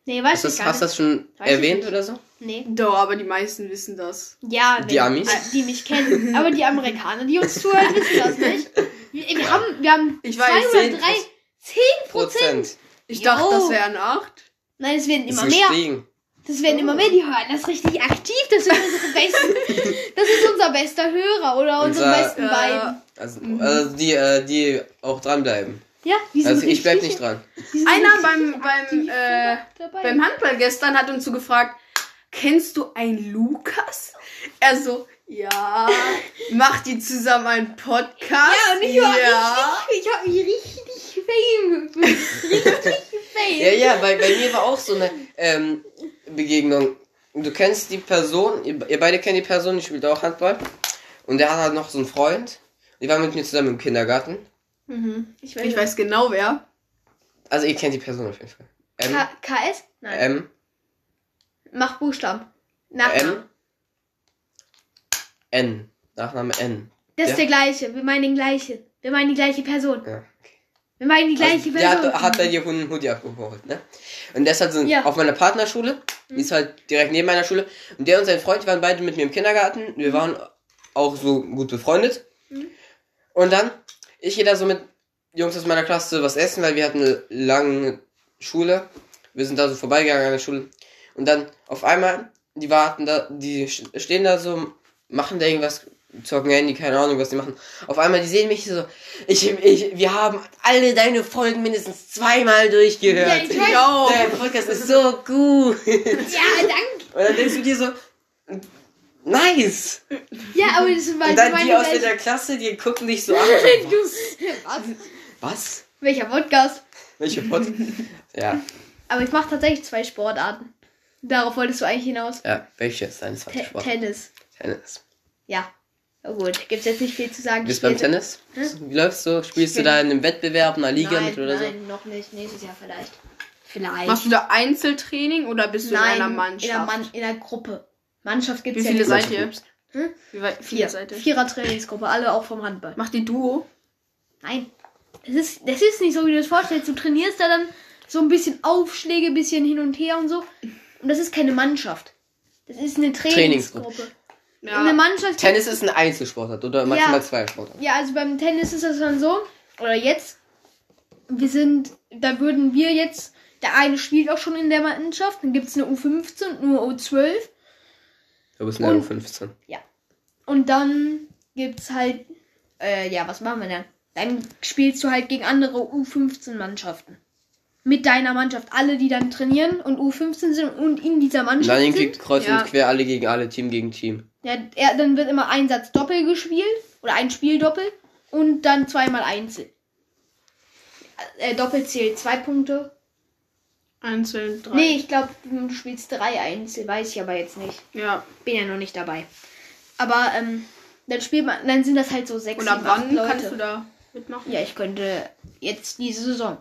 S1: Nee, weiß
S2: Hast du
S1: ich
S2: das,
S1: gar
S2: hast
S1: nicht.
S2: das schon
S1: Weiß ich
S2: erwähnt
S1: nicht.
S2: oder so?
S1: Nee.
S4: Doch, aber die meisten wissen das.
S1: Ja,
S2: Die
S1: wenn-
S2: Amis?
S1: äh, Die mich kennen. Aber die Amerikaner, die uns zuhören, wissen das nicht. Wir, wir haben, wir haben
S4: Ich
S1: zwei
S4: weiß,
S1: oder
S2: zehn
S1: drei.
S2: Prozent.
S1: Zehn Prozent.
S4: Ich
S1: Jo.
S4: dachte, das wären acht.
S1: Nein, es werden
S2: Ist
S1: immer mehr.
S2: Also gestiegen.
S1: Das werden immer mehr, die hören das ist richtig aktiv. Das sind unsere besten. Das ist unser bester Hörer oder unsere
S2: Unser-
S1: besten
S4: Ja.
S1: beiden.
S2: Also, also die äh, die auch dranbleiben.
S1: Ja, Mhm. die sind
S2: Also ich bleib
S1: richtig-
S2: nicht dran.
S1: die sind
S4: Einer
S1: richtig
S4: beim, beim,
S1: aktiv
S4: äh,
S1: dabei.
S4: beim Handball gestern hat uns so gefragt, kennst du einen Lukas? Er so, ja, macht die zusammen einen Podcast? Ja,
S1: und ich war Ich hab mich richtig fame gefühlt. Richtig fame.
S2: Ja, ja, bei, bei mir war auch so eine ähm, Begegnung. Du kennst die Person, ihr, ihr beide kennt die Person, die spielt auch Handball. Und der hat halt noch so einen Freund. Die war mit mir zusammen im Kindergarten.
S1: Ich
S4: Mhm. Ich weiß genau wer.
S2: Also ihr kennt die Person auf jeden Fall. M,
S1: K KS? Nein.
S2: M,
S1: Mach Buchstaben.
S2: M,
S1: Nachname.
S2: N. Nachname N.
S1: Das
S2: ja.
S1: ist der gleiche. Wir meinen den gleichen. Wir meinen die gleiche Person.
S2: Ja.
S1: Wir meinen die gleiche
S2: also, der
S1: Person.
S2: hat, hat bei dir einen Hoodie abgeholt, ne? Und der ist halt so
S1: Ja.
S2: auf meiner Partnerschule, die ist halt direkt neben meiner Schule. Und der und sein Freund waren beide mit mir im Kindergarten. Wir waren auch so gut befreundet. Und dann, ich gehe da so mit Jungs aus meiner Klasse was essen, weil wir hatten eine lange Schule. Wir sind da so vorbeigegangen an der Schule. Und dann auf einmal, die warten da, die sch- stehen da so, machen da irgendwas, zocken Handy, keine Ahnung, was die machen. Auf einmal, die sehen mich so, ich, ich, wir haben alle deine Folgen mindestens zweimal durchgehört.
S1: Ja, ich weiß.
S4: Jo.
S2: Dein Podcast ist so gut. Und
S1: ja, danke.
S2: dann denkst du dir so, nice.
S1: Ja, aber das war
S2: Und dann
S1: Also meine
S2: die aus
S1: gleiche-
S2: der Klasse, die gucken dich so an.
S1: Was?
S2: Was?
S1: Welcher Podcast?
S2: Welche Pod? ja,
S1: Aber ich mache tatsächlich zwei Sportarten. Darauf wolltest du eigentlich hinaus.
S2: ja, welches? Dein zweiter
S1: Te
S2: Sport.
S1: Tennis.
S2: Tennis.
S1: Ja. Na gut, gibt's jetzt nicht viel zu sagen.
S2: Du bist
S1: Ich
S2: beim
S1: spiele-
S2: Tennis? Wie läufst du? Spielst du da in einem Wettbewerb, einer Liga
S1: nein,
S2: mit oder
S1: nein, noch nicht. Nächstes Jahr vielleicht. Vielleicht.
S4: Machst du da Einzeltraining oder bist du
S1: Nein,
S4: in einer Mannschaft?
S1: In einer, Mann- in einer Gruppe. Mannschaft gibt's
S4: Wie
S1: ja
S4: viele
S1: nicht.
S4: seid ihr?
S1: Hm?
S4: Wie weit, viele
S1: Vier.
S4: seid ihr?
S1: Vierer Trainingsgruppe, alle auch vom Handball.
S4: Macht die Duo?
S1: Nein. Das ist, das ist nicht so, wie du es vorstellst. Du trainierst da dann so ein bisschen Aufschläge, ein bisschen hin und her und so. Und das ist keine Mannschaft. Das ist eine Trainingsgruppe.
S4: Ja.
S1: In der Mannschaft.
S2: so? Tennis ist ein Einzelsportart oder maximal
S1: Ja.
S2: zwei Sportarten.
S1: Ja, also beim Tennis ist das dann so. Oder jetzt. Wir sind, da würden wir jetzt, der eine spielt auch schon in der Mannschaft. Dann gibt es eine U15 und eine U12.
S2: Du bist
S1: Und-
S2: nur 15.
S1: Und dann gibt's halt, äh, ja, was machen wir denn? Dann spielst du halt gegen andere U15-Mannschaften. Mit deiner Mannschaft. Alle, die dann trainieren und U15 sind und in dieser
S2: Und
S1: Mannschaft
S2: dann
S1: sind.
S2: geht kreuz
S4: Ja.
S2: und quer alle gegen alle, Team gegen Team.
S1: Ja, er, dann wird immer Einsatz Doppel gespielt. Oder ein Spiel Doppel. und dann zweimal Einzel. Äh, doppelt zählt zwei Punkte.
S4: Einzeln drei.
S1: Nee, ich glaube, du spielst drei Einzel, weiß ich aber jetzt nicht.
S4: Ja.
S1: Bin ja noch nicht dabei. Aber ähm, dann spielt man, dann sind das halt so sechs
S4: Und ab
S1: sieben, acht
S4: wann
S1: Leute.
S4: kannst du da mitmachen?
S1: Ja, ich könnte jetzt diese Saison.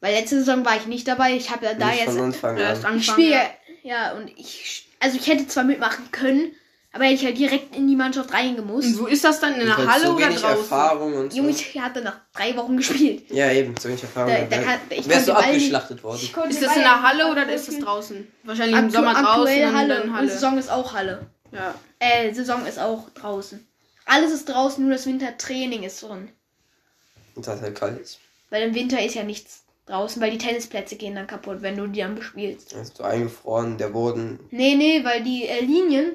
S1: Weil letzte Saison war ich nicht dabei. Ich habe ja da
S2: Nicht
S1: jetzt.
S2: von Anfang
S4: Erst
S2: an.
S4: anfangen.
S1: Ich spiele ja. Ja, und ich. Also ich hätte zwar mitmachen können, aber hätte ich halt direkt in die Mannschaft
S4: Und
S1: reingemusst.
S4: wo ist das dann? In
S2: Du
S4: der
S2: hast
S4: Halle
S2: halt so
S4: oder
S2: wenig
S4: draußen?
S2: Erfahrung und so.
S1: Junge, ich hatte nach drei Wochen gespielt.
S2: Ja, eben, so wenig Erfahrung.
S1: Da- da
S2: dabei.
S1: kann- ich kann
S2: Wärst du
S1: den Ball nicht-
S2: abgeschlachtet worden?
S1: Ich konnte
S4: Ist
S1: den
S4: das in
S1: Ball
S4: der Halle
S1: nicht
S4: oder ist das
S1: abrufen.
S4: draußen? Wahrscheinlich im
S1: Aktu-
S4: Sommer draußen
S1: aktuell
S4: und
S1: Halle.
S4: dann
S1: Und
S4: Halle.
S1: Saison ist auch Halle.
S4: Ja.
S1: Äh, Saison ist auch draußen. Alles ist draußen, nur das Wintertraining ist drin.
S2: Und das halt kalt ist.
S1: Weil im Winter ist ja nichts draußen, weil die Tennisplätze gehen dann kaputt, wenn du die dann bespielst.
S2: Dann bist du eingefroren, der Boden.
S1: Nee, nee, weil die äh, Linien,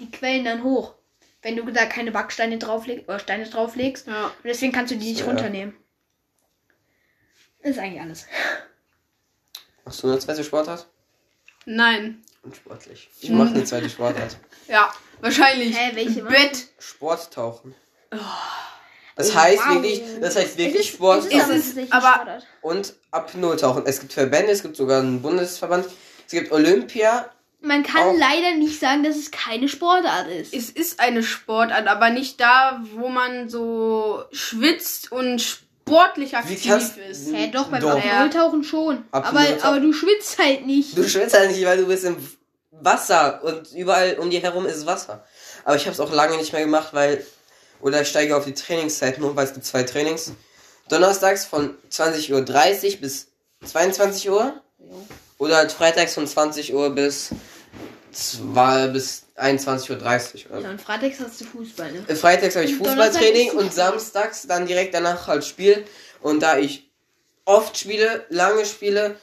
S1: die quellen dann hoch. Wenn du da keine Backsteine drauflegst oder Steine drauflegst.
S4: Ja.
S1: Und deswegen kannst du die nicht
S2: Ja.
S1: runternehmen. Ist eigentlich alles.
S2: Machst du eine zweite Sportart?
S4: Nein.
S2: Unsportlich. Ich mach eine zweite Sportart.
S4: Ja, wahrscheinlich.
S1: Hä, welche war-
S4: Bett.
S2: Sporttauchen. Das heißt
S1: Wow.
S2: wirklich, das heißt wirklich
S1: Es
S2: Sport
S1: es aber
S4: Es
S1: tatsächlich
S4: ist- aber-
S1: gefordert.
S2: und ab Null tauchen. Es gibt Verbände, es gibt sogar einen Bundesverband, es gibt Olympia.
S1: Man kann
S2: Auch-
S1: leider nicht sagen, dass es keine Sportart ist.
S4: Es ist eine Sportart, aber nicht da, wo man so schwitzt und sportlich
S2: Wie
S4: aktiv
S2: kannst
S4: ist.
S1: Hä, doch, beim
S2: Doch.
S1: Nulltauchen schon.
S2: Absolut.
S1: Aber, aber du schwitzt halt nicht.
S2: Du schwitzt halt nicht, weil du bist im Wasser und überall um dir herum ist Wasser. Aber ich habe es auch lange nicht mehr gemacht, weil oder ich steige auf die Trainingszeit nur, weil es gibt zwei Trainings. Donnerstags von 20:30 Uhr bis 22 Uhr oder halt freitags von 20 Uhr bis zwei, bis 21:30 Uhr oder so.
S1: Ja, und freitags hast du Fußball, ne?
S2: Freitags habe ich
S1: Und Donnerstag
S2: Fußballtraining
S1: ist-
S2: und samstags dann direkt danach halt Spiel. Und da ich oft spiele, lange spiele,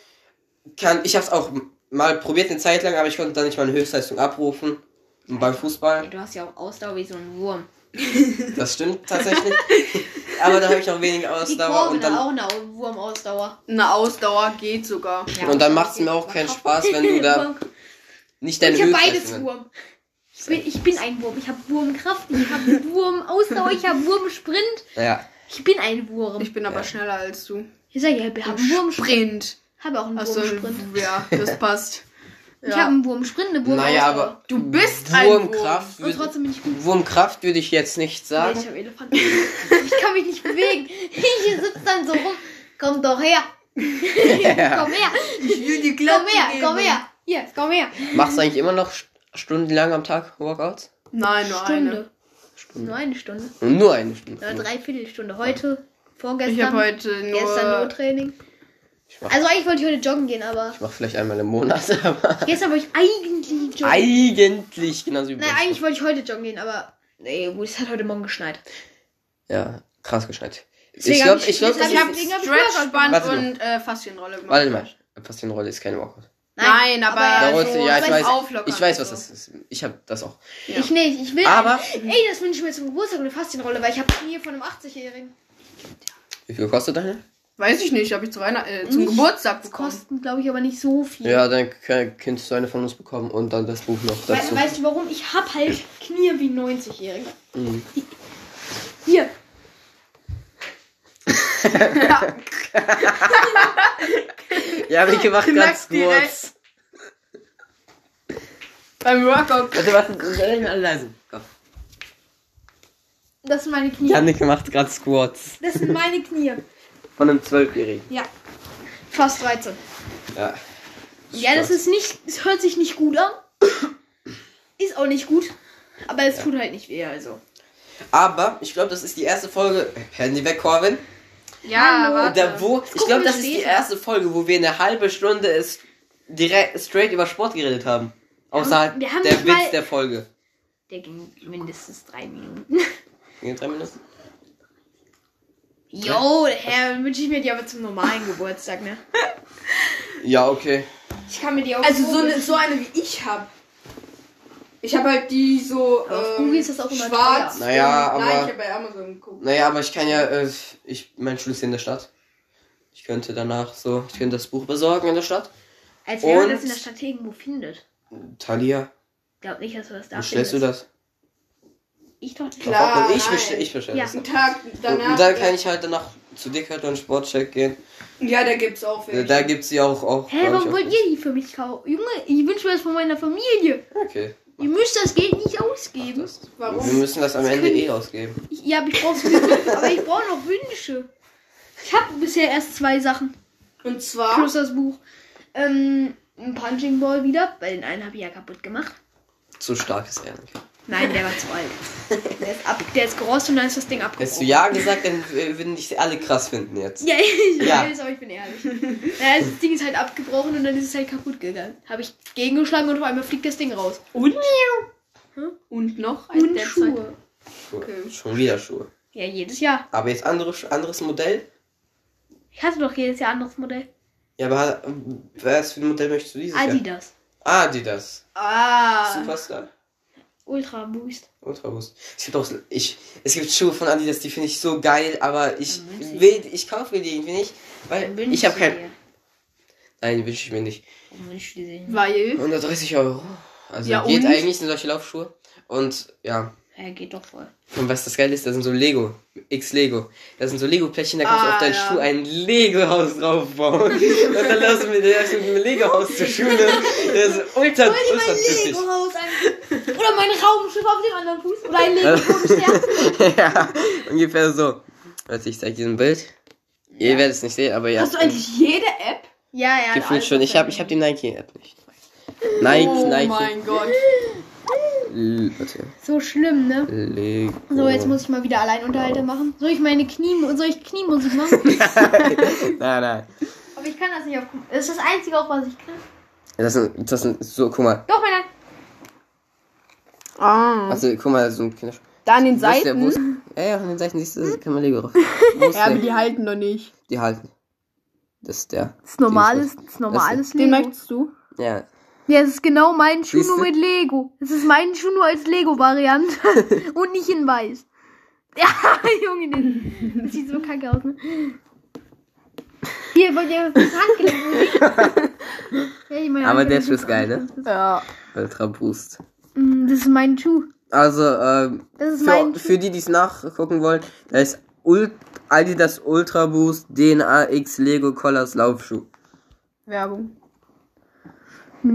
S2: kann ich habe es auch mal probiert eine Zeit lang, aber ich konnte da nicht meine Höchstleistung abrufen. Und beim
S1: Ey,
S2: Fußball,
S1: du hast ja auch Ausdauer wie so ein Wurm.
S2: das stimmt tatsächlich. aber da habe ich auch wenig
S1: Die
S2: Ausdauer
S1: Kurve
S2: und
S1: hat
S2: dann
S1: auch eine Au- Wurmausdauer.
S4: Eine Ausdauer geht sogar.
S1: Ja.
S2: und dann macht's mir auch keinen Spaß, wenn du da nicht deine
S1: ich habe beides
S2: Höchstleistung.
S1: Wurm. Ich bin, ich bin ein Wurm. Ich habe Wurmkraft, ich habe Wurmausdauer, ich habe Wurmsprint.
S2: Ja,
S1: Ich bin ein Wurm.
S4: Ich bin aber
S2: Ja.
S4: schneller als du.
S1: Ich sag ja, wir haben einen Wurmsprint.
S4: Sprint.
S1: habe auch einen
S4: Achso,
S1: Wurmsprint.
S4: ja, das passt.
S1: Ich
S4: Ja.
S1: habe einen Wurmsprint, eine Wurmausdauer.
S2: naja, aber
S4: Du bist ein
S2: Wurmkraft
S1: Und
S2: würde
S1: trotzdem bin ich gut.
S2: Wurmkraft würde ich jetzt nicht
S1: Nee,
S2: sagen.
S1: ich habe Elefanten. ich kann mich nicht bewegen. Ich sitze dann so rum. Komm doch her. Komm her.
S4: Ich will die
S1: Komm her. Komm her. Hier, komm her.
S2: Machst du eigentlich immer noch st- stundenlang am Tag Workouts?
S4: Nein, nur eine.
S1: Stunde. Nur eine Stunde.
S2: Nur eine Stunde.
S1: Oder Dreiviertelstunde. Heute,
S4: Ich habe
S1: vorgestern,
S4: heute nur.
S1: gestern nur Training.
S2: Ich mach-
S1: Also eigentlich wollte ich heute joggen gehen, aber
S2: Ich mach vielleicht einmal im Monat, aber
S1: gestern wollte ich eigentlich joggen.
S2: eigentlich genauso wie
S1: Nein,
S2: Brustkorb.
S1: eigentlich wollte ich heute joggen gehen, aber nee, wo es hat heute Morgen geschneit.
S2: Ja, krass geschneit.
S1: Deswegen
S2: ich glaube,
S1: hab
S2: ich glaube,
S1: deswegen
S2: das
S4: ich habe
S2: ist...
S1: Deswegen hab ich Workout
S4: Stretchband
S2: gemacht.
S4: und äh, Faszienrolle gemacht.
S2: Warte mal, Passion-Rolle ist kein Workout.
S4: Nein, aber
S2: Da
S4: Also,
S2: wollte ja, ich
S4: aber
S2: weiß,
S4: auflockern
S2: ich weiß,
S4: und
S2: was
S4: so.
S2: das ist. Ich habe das auch.
S4: Ja.
S1: Ich nicht, ich will.
S2: Aber-
S1: Ey, das wünsche ich mir zum Geburtstag eine Faszienrolle, weil ich habe Knie von einem 80-Jährigen.
S2: Wie viel kostet deine?
S4: Weiß ich nicht, habe ich zu Weihnachten, äh, zum
S1: Nicht.
S4: Geburtstag
S1: Das
S4: bekommen.
S1: kosten, glaube ich, aber nicht so viel.
S2: Ja, dann kann- kannst du eine von uns bekommen und dann das Buch noch
S1: We
S2: dazu.
S1: Weißt du warum? Ich hab halt Knie wie 90-Jährige.
S2: Mhm.
S1: Hier.
S2: Ja, hab ich gemacht ganz
S4: Knackst direkt.
S2: kurz.
S4: Beim Workout.
S2: Warte, warte, soll ich mal leise? Komm.
S1: Das sind meine Knie.
S2: Ich hab nicht gemacht ganz kurz.
S1: Das sind meine Knie.
S2: Von einem Zwölfjährigen.
S1: Ja. Fast 13.
S2: Ja.
S1: Ja, das ist nicht. Es hört sich nicht gut an. Ist auch nicht gut. Aber es tut halt nicht weh, also.
S2: Aber ich glaube, das ist die erste Folge. Handy weg, Corvin.
S4: Ja,
S1: Hallo.
S2: Da,
S4: warte.
S2: wo, ich
S1: gucken
S2: glaube,
S1: wir
S2: das ist die
S1: später.
S2: erste Folge, wo wir eine halbe Stunde ist direkt straight über Sport geredet haben. Außerhalb
S1: wir haben
S2: der
S1: nicht mal-
S2: Witz der Folge.
S1: Der ging mindestens drei Minuten.
S2: Gehen drei Minuten?
S1: Jo, Herr, dann wünsche ich mir die aber zum normalen Geburtstag, ne?
S2: Ja, okay.
S1: Ich kann mir die auch.
S4: Also so eine, so eine wie ich habe. Ich habe halt die so
S1: Aber auf
S4: ähm,
S1: Google ist das auch immer teuer.
S4: schwarz. und-
S2: Naja, aber-
S4: Nein, ich habe bei Amazon geguckt.
S2: Naja, aber ich kann ja, äh, ich, mein Schul ist in der Stadt. Ich könnte danach so, ich könnte das Buch besorgen in der Stadt.
S1: Als wenn man
S2: Und-
S1: das in der Stadt irgendwo findet.
S2: Talia,
S1: Ich glaube nicht, dass du das da
S2: wo stellst du
S1: findest.
S2: das?
S1: Ich doch nicht.
S4: Klar,
S2: Verordnung. ich
S4: nein.
S2: bestelle ich bestell
S1: Ja.
S2: das.
S4: Einen Tag
S2: Und,
S4: danach.
S2: und dann kann ich halt danach zu Dickert und Sportcheck gehen. Äh,
S4: ja, da gibt's auch welche.
S2: Da gibt's die auch. auch
S1: Hä,
S2: glaub ich,
S1: warum
S2: auch
S1: wollt ihr die für mich kaufen? Junge, ich wünsche mir das von meiner Familie.
S2: Okay.
S1: Ihr müsst das Geld nicht ausgeben.
S4: Warum?
S2: Wir müssen das am Ende eh ausgeben.
S1: Ich, ja, aber ich brauche aber ich brauche noch Wünsche. Ich habe bisher erst zwei Sachen
S4: Und zwar.
S1: plus das Buch. Ähm, ein Punching Ball wieder, weil den einen habe ich ja kaputt gemacht.
S2: Zu starkes Ehrlich.
S1: Nein, der war zu alt. Der ist, ab, der ist groß und dann ist das Ding
S2: Hättest du
S1: abgebrochen.
S2: ja gesagt, dann äh, würden dich alle krass finden jetzt.
S1: Ja, ich
S2: Ja.
S1: weiß, aber ich bin ehrlich. Naja, das Ding ist halt abgebrochen und dann ist es halt kaputt gegangen. Habe ich gegengeschlagen und auf einmal fliegt das Ding raus.
S4: Und? Und noch ein
S1: Und
S4: der zweite.
S1: Schuhe.
S2: Schuhe.
S4: Okay.
S2: Schon wieder Schuhe.
S1: Ja, jedes Jahr.
S2: Aber jetzt andere, Schu- anderes Modell?
S1: Ich hatte doch jedes Jahr ein anderes Modell.
S2: Ja, aber äh, was für ein Modell möchtest du dieses Jahr?
S1: Adidas.
S2: Adidas.
S4: Ah.
S2: Superstar.
S1: Ultra Boost.
S2: Ultraboost. Es gibt auch, so- ich, es gibt Schuhe von Adidas, die finde ich so geil, aber ich
S1: Dann wünsch ich
S2: will, ich kaufe mir die irgendwie nicht, weil ich habe kein,
S1: Dir.
S2: nein, wünsche ich mir nicht.
S1: Warum wünschst du dir nicht?
S4: Weil.
S2: 130 Euro. Also
S4: Ja,
S2: geht
S4: und?
S2: eigentlich sind solche Laufschuhe. Und ja,
S1: Er geht doch voll.
S2: und was das Geile ist, da sind so Lego, X Lego. Da sind so Lego-Plättchen, da kannst du
S4: Ah,
S2: auf deinen
S4: ja.
S2: Schuh ein Lego-Haus draufbauen. und dann lassen wir der Schuh mit dem Lego-Haus zur Schule. Das ist ultra, ultra typisch.
S1: Lego-Haus an. Oder mein Raumschiff auf dem anderen Fuß. Oder ein Lego-Stern.
S2: ja, ungefähr so. Also ich zeig dir ein Bild. Ihr werdet es nicht sehen, aber ja.
S4: Hast du eigentlich jede App?
S1: ja, ja.
S2: Gefühlt schon. Ich habe ich hab die Nike-App nicht. Nike,
S4: oh
S2: Nike.
S4: mein Gott.
S2: L- Warte.
S1: So schlimm, ne?
S2: Lego.
S1: So, jetzt muss ich mal wieder Alleinunterhalte machen. Soll ich meine Knie, soll ich Kniemusik machen?
S2: Nein, nein.
S1: Aber ich kann das nicht auf. Das ist das Einzige, auch was ich kann.
S2: Das sind, das sind so, guck mal.
S1: Doch, meine.
S4: Ah.
S2: Also, guck mal, so ein Kindersch.
S4: Da an den
S2: Wo ist der-
S4: Seiten.
S2: wo ist- Ja, ja, von den Seiten siehst du, kann man Lego drauf. Wo ist
S4: Ja, aber
S2: der?
S4: die halten doch nicht.
S2: Die halten. Das ist der.
S1: Das ist normales, das ist normales
S4: Den
S1: Lego.
S4: möchtest du?
S2: Ja.
S1: Ja, es ist genau mein Schuh
S2: Siehste?
S1: nur mit Lego. Es ist mein Schuh nur als Lego-Variante. Und nicht in weiß. Ja, Junge, das- das sieht so kacke aus, ne? Hier, wollt ihr das Handgelenk? ja, ich meine,
S2: Aber der
S1: Handgelenk
S2: Schuh ist geil, ne?
S4: Ja.
S2: Ultra Boost.
S1: Mm, Das ist mein Schuh.
S2: Also, ähm,
S1: Das ist mein
S2: für, für die, die es nachgucken wollen, da ist Ult Adidas Ultra Boost DNA X Lego Collars Laufschuh.
S4: Werbung.
S2: Nee.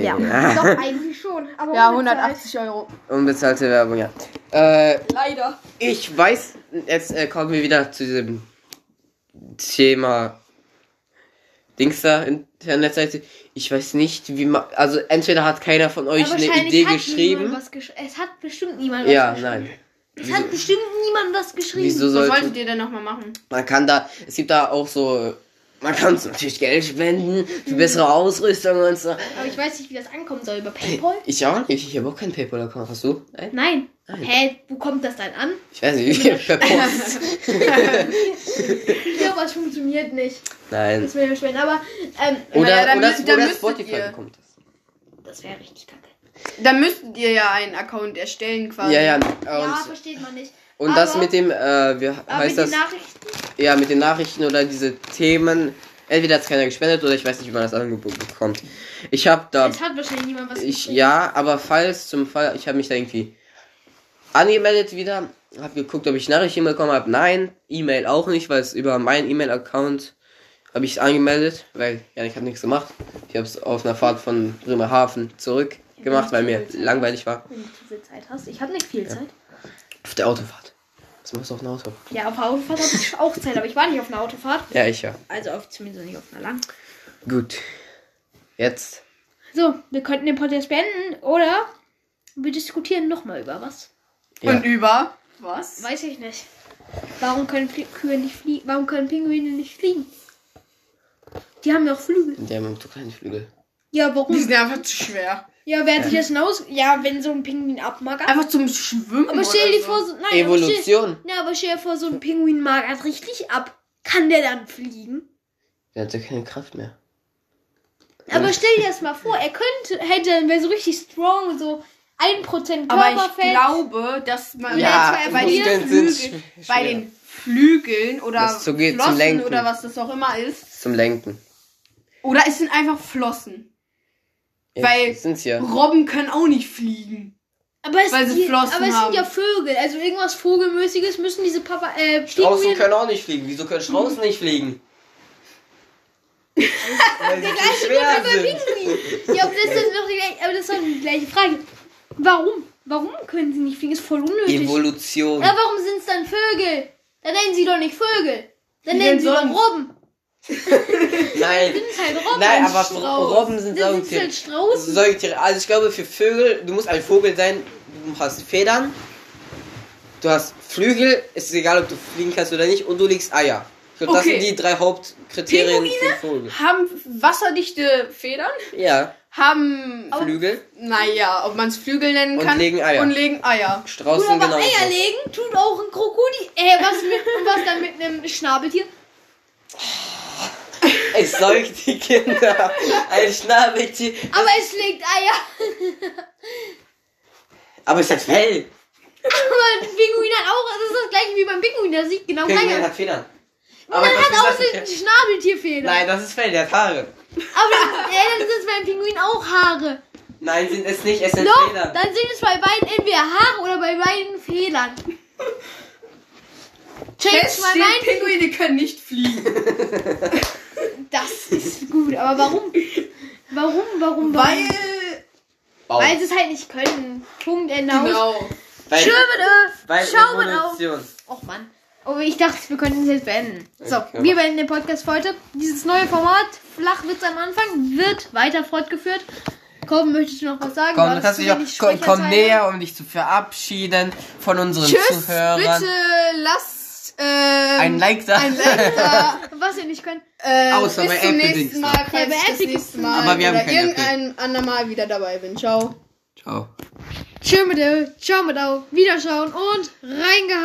S1: Mm, Ja. Doch, eigentlich schon. Aber
S4: Ja, 180 Euro.
S2: Unbezahlte Werbung, ja. Äh,
S4: Leider.
S2: ich weiß, jetzt äh, kommen wir wieder zu diesem Thema Dings da, Internetseite. Ich weiß nicht, wie man. Also, entweder hat keiner von euch
S1: Aber
S2: eine
S1: wahrscheinlich
S2: Idee
S1: hat niemand
S2: geschrieben.
S1: Was gesch es hat bestimmt niemand was
S2: Ja,
S1: geschrieben.
S2: nein.
S1: Es hat bestimmt niemand was geschrieben.
S2: Wieso
S4: Was wolltet
S2: sollte.
S4: ihr denn nochmal machen?
S2: Man kann da. Es gibt da auch so. Man kann so natürlich Geld spenden für bessere Ausrüstung und so.
S1: Aber ich weiß nicht, wie das ankommen soll. Über Paypal?
S2: Ich auch nicht. Ich habe auch keinen PayPal-Account. Hast du? Nein.
S1: Nein. Hä, wo kommt das dann an?
S2: Ich weiß nicht, wie per Post.
S1: Ich glaube, das funktioniert nicht.
S2: Nein.
S1: Das wäre ja schwer. Aber ähm,
S2: Oder,
S4: Naja, dann
S2: oder,
S4: müsst- dann
S2: oder
S4: müsstet
S2: Spotify
S4: ihr-
S2: bekommt das.
S1: das wäre richtig kacke.
S4: Dann müsstet ihr ja einen Account erstellen quasi.
S2: Ja, ja.
S1: ja,
S2: Und,
S1: versteht man nicht.
S2: und das
S1: aber-
S2: mit dem, äh, wie
S1: Aber
S2: heißt
S1: mit
S2: das?
S1: den Nachrichten.
S2: Ja, mit den Nachrichten oder diese Themen. Entweder hat keiner gespendet oder ich weiß nicht, wie man das Angebot bekommt. Ich habe da,
S1: Es hat wahrscheinlich niemand was
S2: ich
S1: geschrieben.
S2: ja, aber falls zum Fall, ich habe mich da irgendwie angemeldet wieder, habe geguckt, ob ich Nachrichten bekommen habe. Nein, E-Mail auch nicht, weil es über meinen E-Mail-Account habe ich es angemeldet, weil ja, ich habe nichts gemacht. Ich habe es auf einer Fahrt von Bremerhaven zurück gemacht, weil mir langweilig war.
S1: Wenn du diese Zeit hast. Ich habe nicht viel Zeit.
S2: Auf der Autofahrt. Was machst du auf einer Autofahrt?
S1: Ja, auf der Autofahrt hatte ich auch Zeit, aber ich war nicht auf einer Autofahrt.
S2: Ja, ich ja.
S1: Also auf, zumindest nicht auf einer langen.
S2: Gut. Jetzt.
S1: So, wir könnten den Podcast beenden oder wir diskutieren nochmal über was.
S2: Ja.
S4: Und über was?
S1: Weiß ich nicht. Warum können Flie- Kühe nicht fliegen? Warum können Pinguine nicht fliegen? Die haben doch Flügel.
S2: Der mit dem so kleinen Flügel.
S1: Ja,
S4: Die
S1: warum?
S4: sind einfach zu schwer.
S1: Ja, wer hat sich das hinaus? Ja, wenn so ein Pinguin abmagert.
S4: Einfach zum Schwimmen.
S1: Aber stell dir
S4: oder
S1: vor,
S4: so.
S1: so, nein,
S2: Ah,
S1: Aber stell,
S2: Evolution.
S1: na, aber stell dir vor, so ein Pinguin magert richtig ab. Kann der dann fliegen?
S2: Der hat ja keine Kraft mehr.
S1: Aber stell dir das mal vor, er könnte, hätte, dann wäre so richtig strong, so 1% Körperfett.
S4: Aber ich glaube, dass man
S1: Ja,
S4: bei, den
S1: Muskeln
S4: Flügeln, bei den Flügeln oder
S2: Das zu- geht zum
S4: Flossen
S2: Lenken.
S4: oder was das auch immer ist.
S2: Zum Lenken.
S4: Oder es sind einfach Flossen.
S2: Ja,
S4: Weil-
S2: sind's ja.
S4: Robben können auch nicht fliegen.
S1: Aber es,
S4: Weil sie
S1: die,
S4: Flossen
S1: aber es
S4: haben.
S1: sind ja Vögel, also irgendwas Vogelmäßiges müssen diese Papa äh,
S2: Straußen
S1: Pinguine-
S2: können auch nicht fliegen. Wieso können Straußen nicht fliegen? Weil sie zu schwer sind.
S1: Ja, aber das ist doch die gleiche, aber das ist doch die gleiche Frage. Warum? Warum können sie nicht fliegen? Ist voll unnötig.
S2: Evolution.
S1: ja, warum sind es dann Vögel? Dann nennen sie doch nicht Vögel. Dann
S4: Wie
S1: nennen
S4: denn
S1: sie doch
S4: sonst?
S1: Robben.
S2: Nein.
S1: Das ist halt Robben.
S2: Nein, aber
S1: Strauß.
S2: Robben sind
S1: Dann sind's
S2: Säugetiere.
S1: halt Straußen.
S2: Säugetiere. Also ich glaube für Vögel, du musst ein Vogel sein, du hast Federn, du hast Flügel, es ist egal ob du fliegen kannst oder nicht, und du legst Eier. Ich glaube, das
S4: Okay.
S2: sind die drei Hauptkriterien
S4: Pinguine?
S2: für Vögel.
S4: Haben wasserdichte Federn?
S2: Ja,
S4: Haben.
S2: Flügel,
S4: Naja, ob man es Flügel nennen
S2: Und
S4: kann.
S2: legen Eier.
S4: Und legen Eier.
S1: Nur
S2: Straußen
S1: aber
S2: genau.
S1: Eier legen tut auch ein Krokodil. Äh, was mit, und was dann mit einem Schnabeltier?
S2: Es säugt die Kinder. Ein Schnabeltier.
S1: Aber es legt Eier.
S2: Aber es hat Fell.
S1: Aber ein Pinguin hat auch, das ist das gleiche wie beim Pinguin, der sieht genau gleich
S2: Pinguin
S1: aus.
S2: hat Federn.
S1: Und dann
S2: das
S1: hat
S2: ist
S1: auch
S2: das-
S1: ein Schnabeltierfeder.
S2: Nein, das ist Fell, der hat Haare.
S1: Aber dann, äh, dann sind es beim Pinguin auch Haare.
S2: Nein, sind es nicht, es sind
S1: Doch,
S2: Äh, Federn.
S1: dann sind es bei beiden entweder Haare oder bei beiden Federn. Change
S4: Fest
S1: my
S4: steht,
S1: mind.
S4: Pinguine können nicht fliegen.
S1: Das ist gut, aber warum? Warum, warum, warum?
S4: weil.
S2: Bauch.
S1: Weil sie es halt nicht können. Punkt, Ende aus.
S4: Genau.
S2: Weil-
S1: Schön bitte.
S2: weil
S1: Schau mal auf.
S2: Evolution.
S1: Och Mann. Oh, ich dachte, wir könnten es jetzt beenden. So,
S2: Okay.
S1: wir beenden den Podcast für heute. Dieses neue Format, Flachwitz am Anfang, wird weiter fortgeführt. Komm, möchtest du noch was sagen?
S2: Komm,
S1: War
S2: du
S1: das
S2: kannst
S1: zu
S2: dich auch,
S1: wenig
S2: komm, komm
S1: Sprecherzeit?
S2: näher, um dich zu verabschieden von unseren
S4: Tschüss,
S2: Zuhörern.
S4: bitte lasst. Ähm,
S2: Ein Like da.
S4: Ein Like da.
S1: Was wir nicht können.
S4: Äh,
S2: Außer
S4: bis
S2: bei
S4: zum
S2: Apple
S4: nächsten
S2: Dings
S4: Mal.
S2: da.
S4: falls
S1: Ja, bei
S4: ich das
S1: Apple
S4: nächste
S1: Dings
S4: Mal
S2: Aber wir haben
S4: oder
S2: kein Apple.
S4: irgendein andermal wieder dabei bin. Ciao.
S2: Ciao.
S1: Tschö mit Ö, ciao mit Au, Wiederschauen und reingehauen.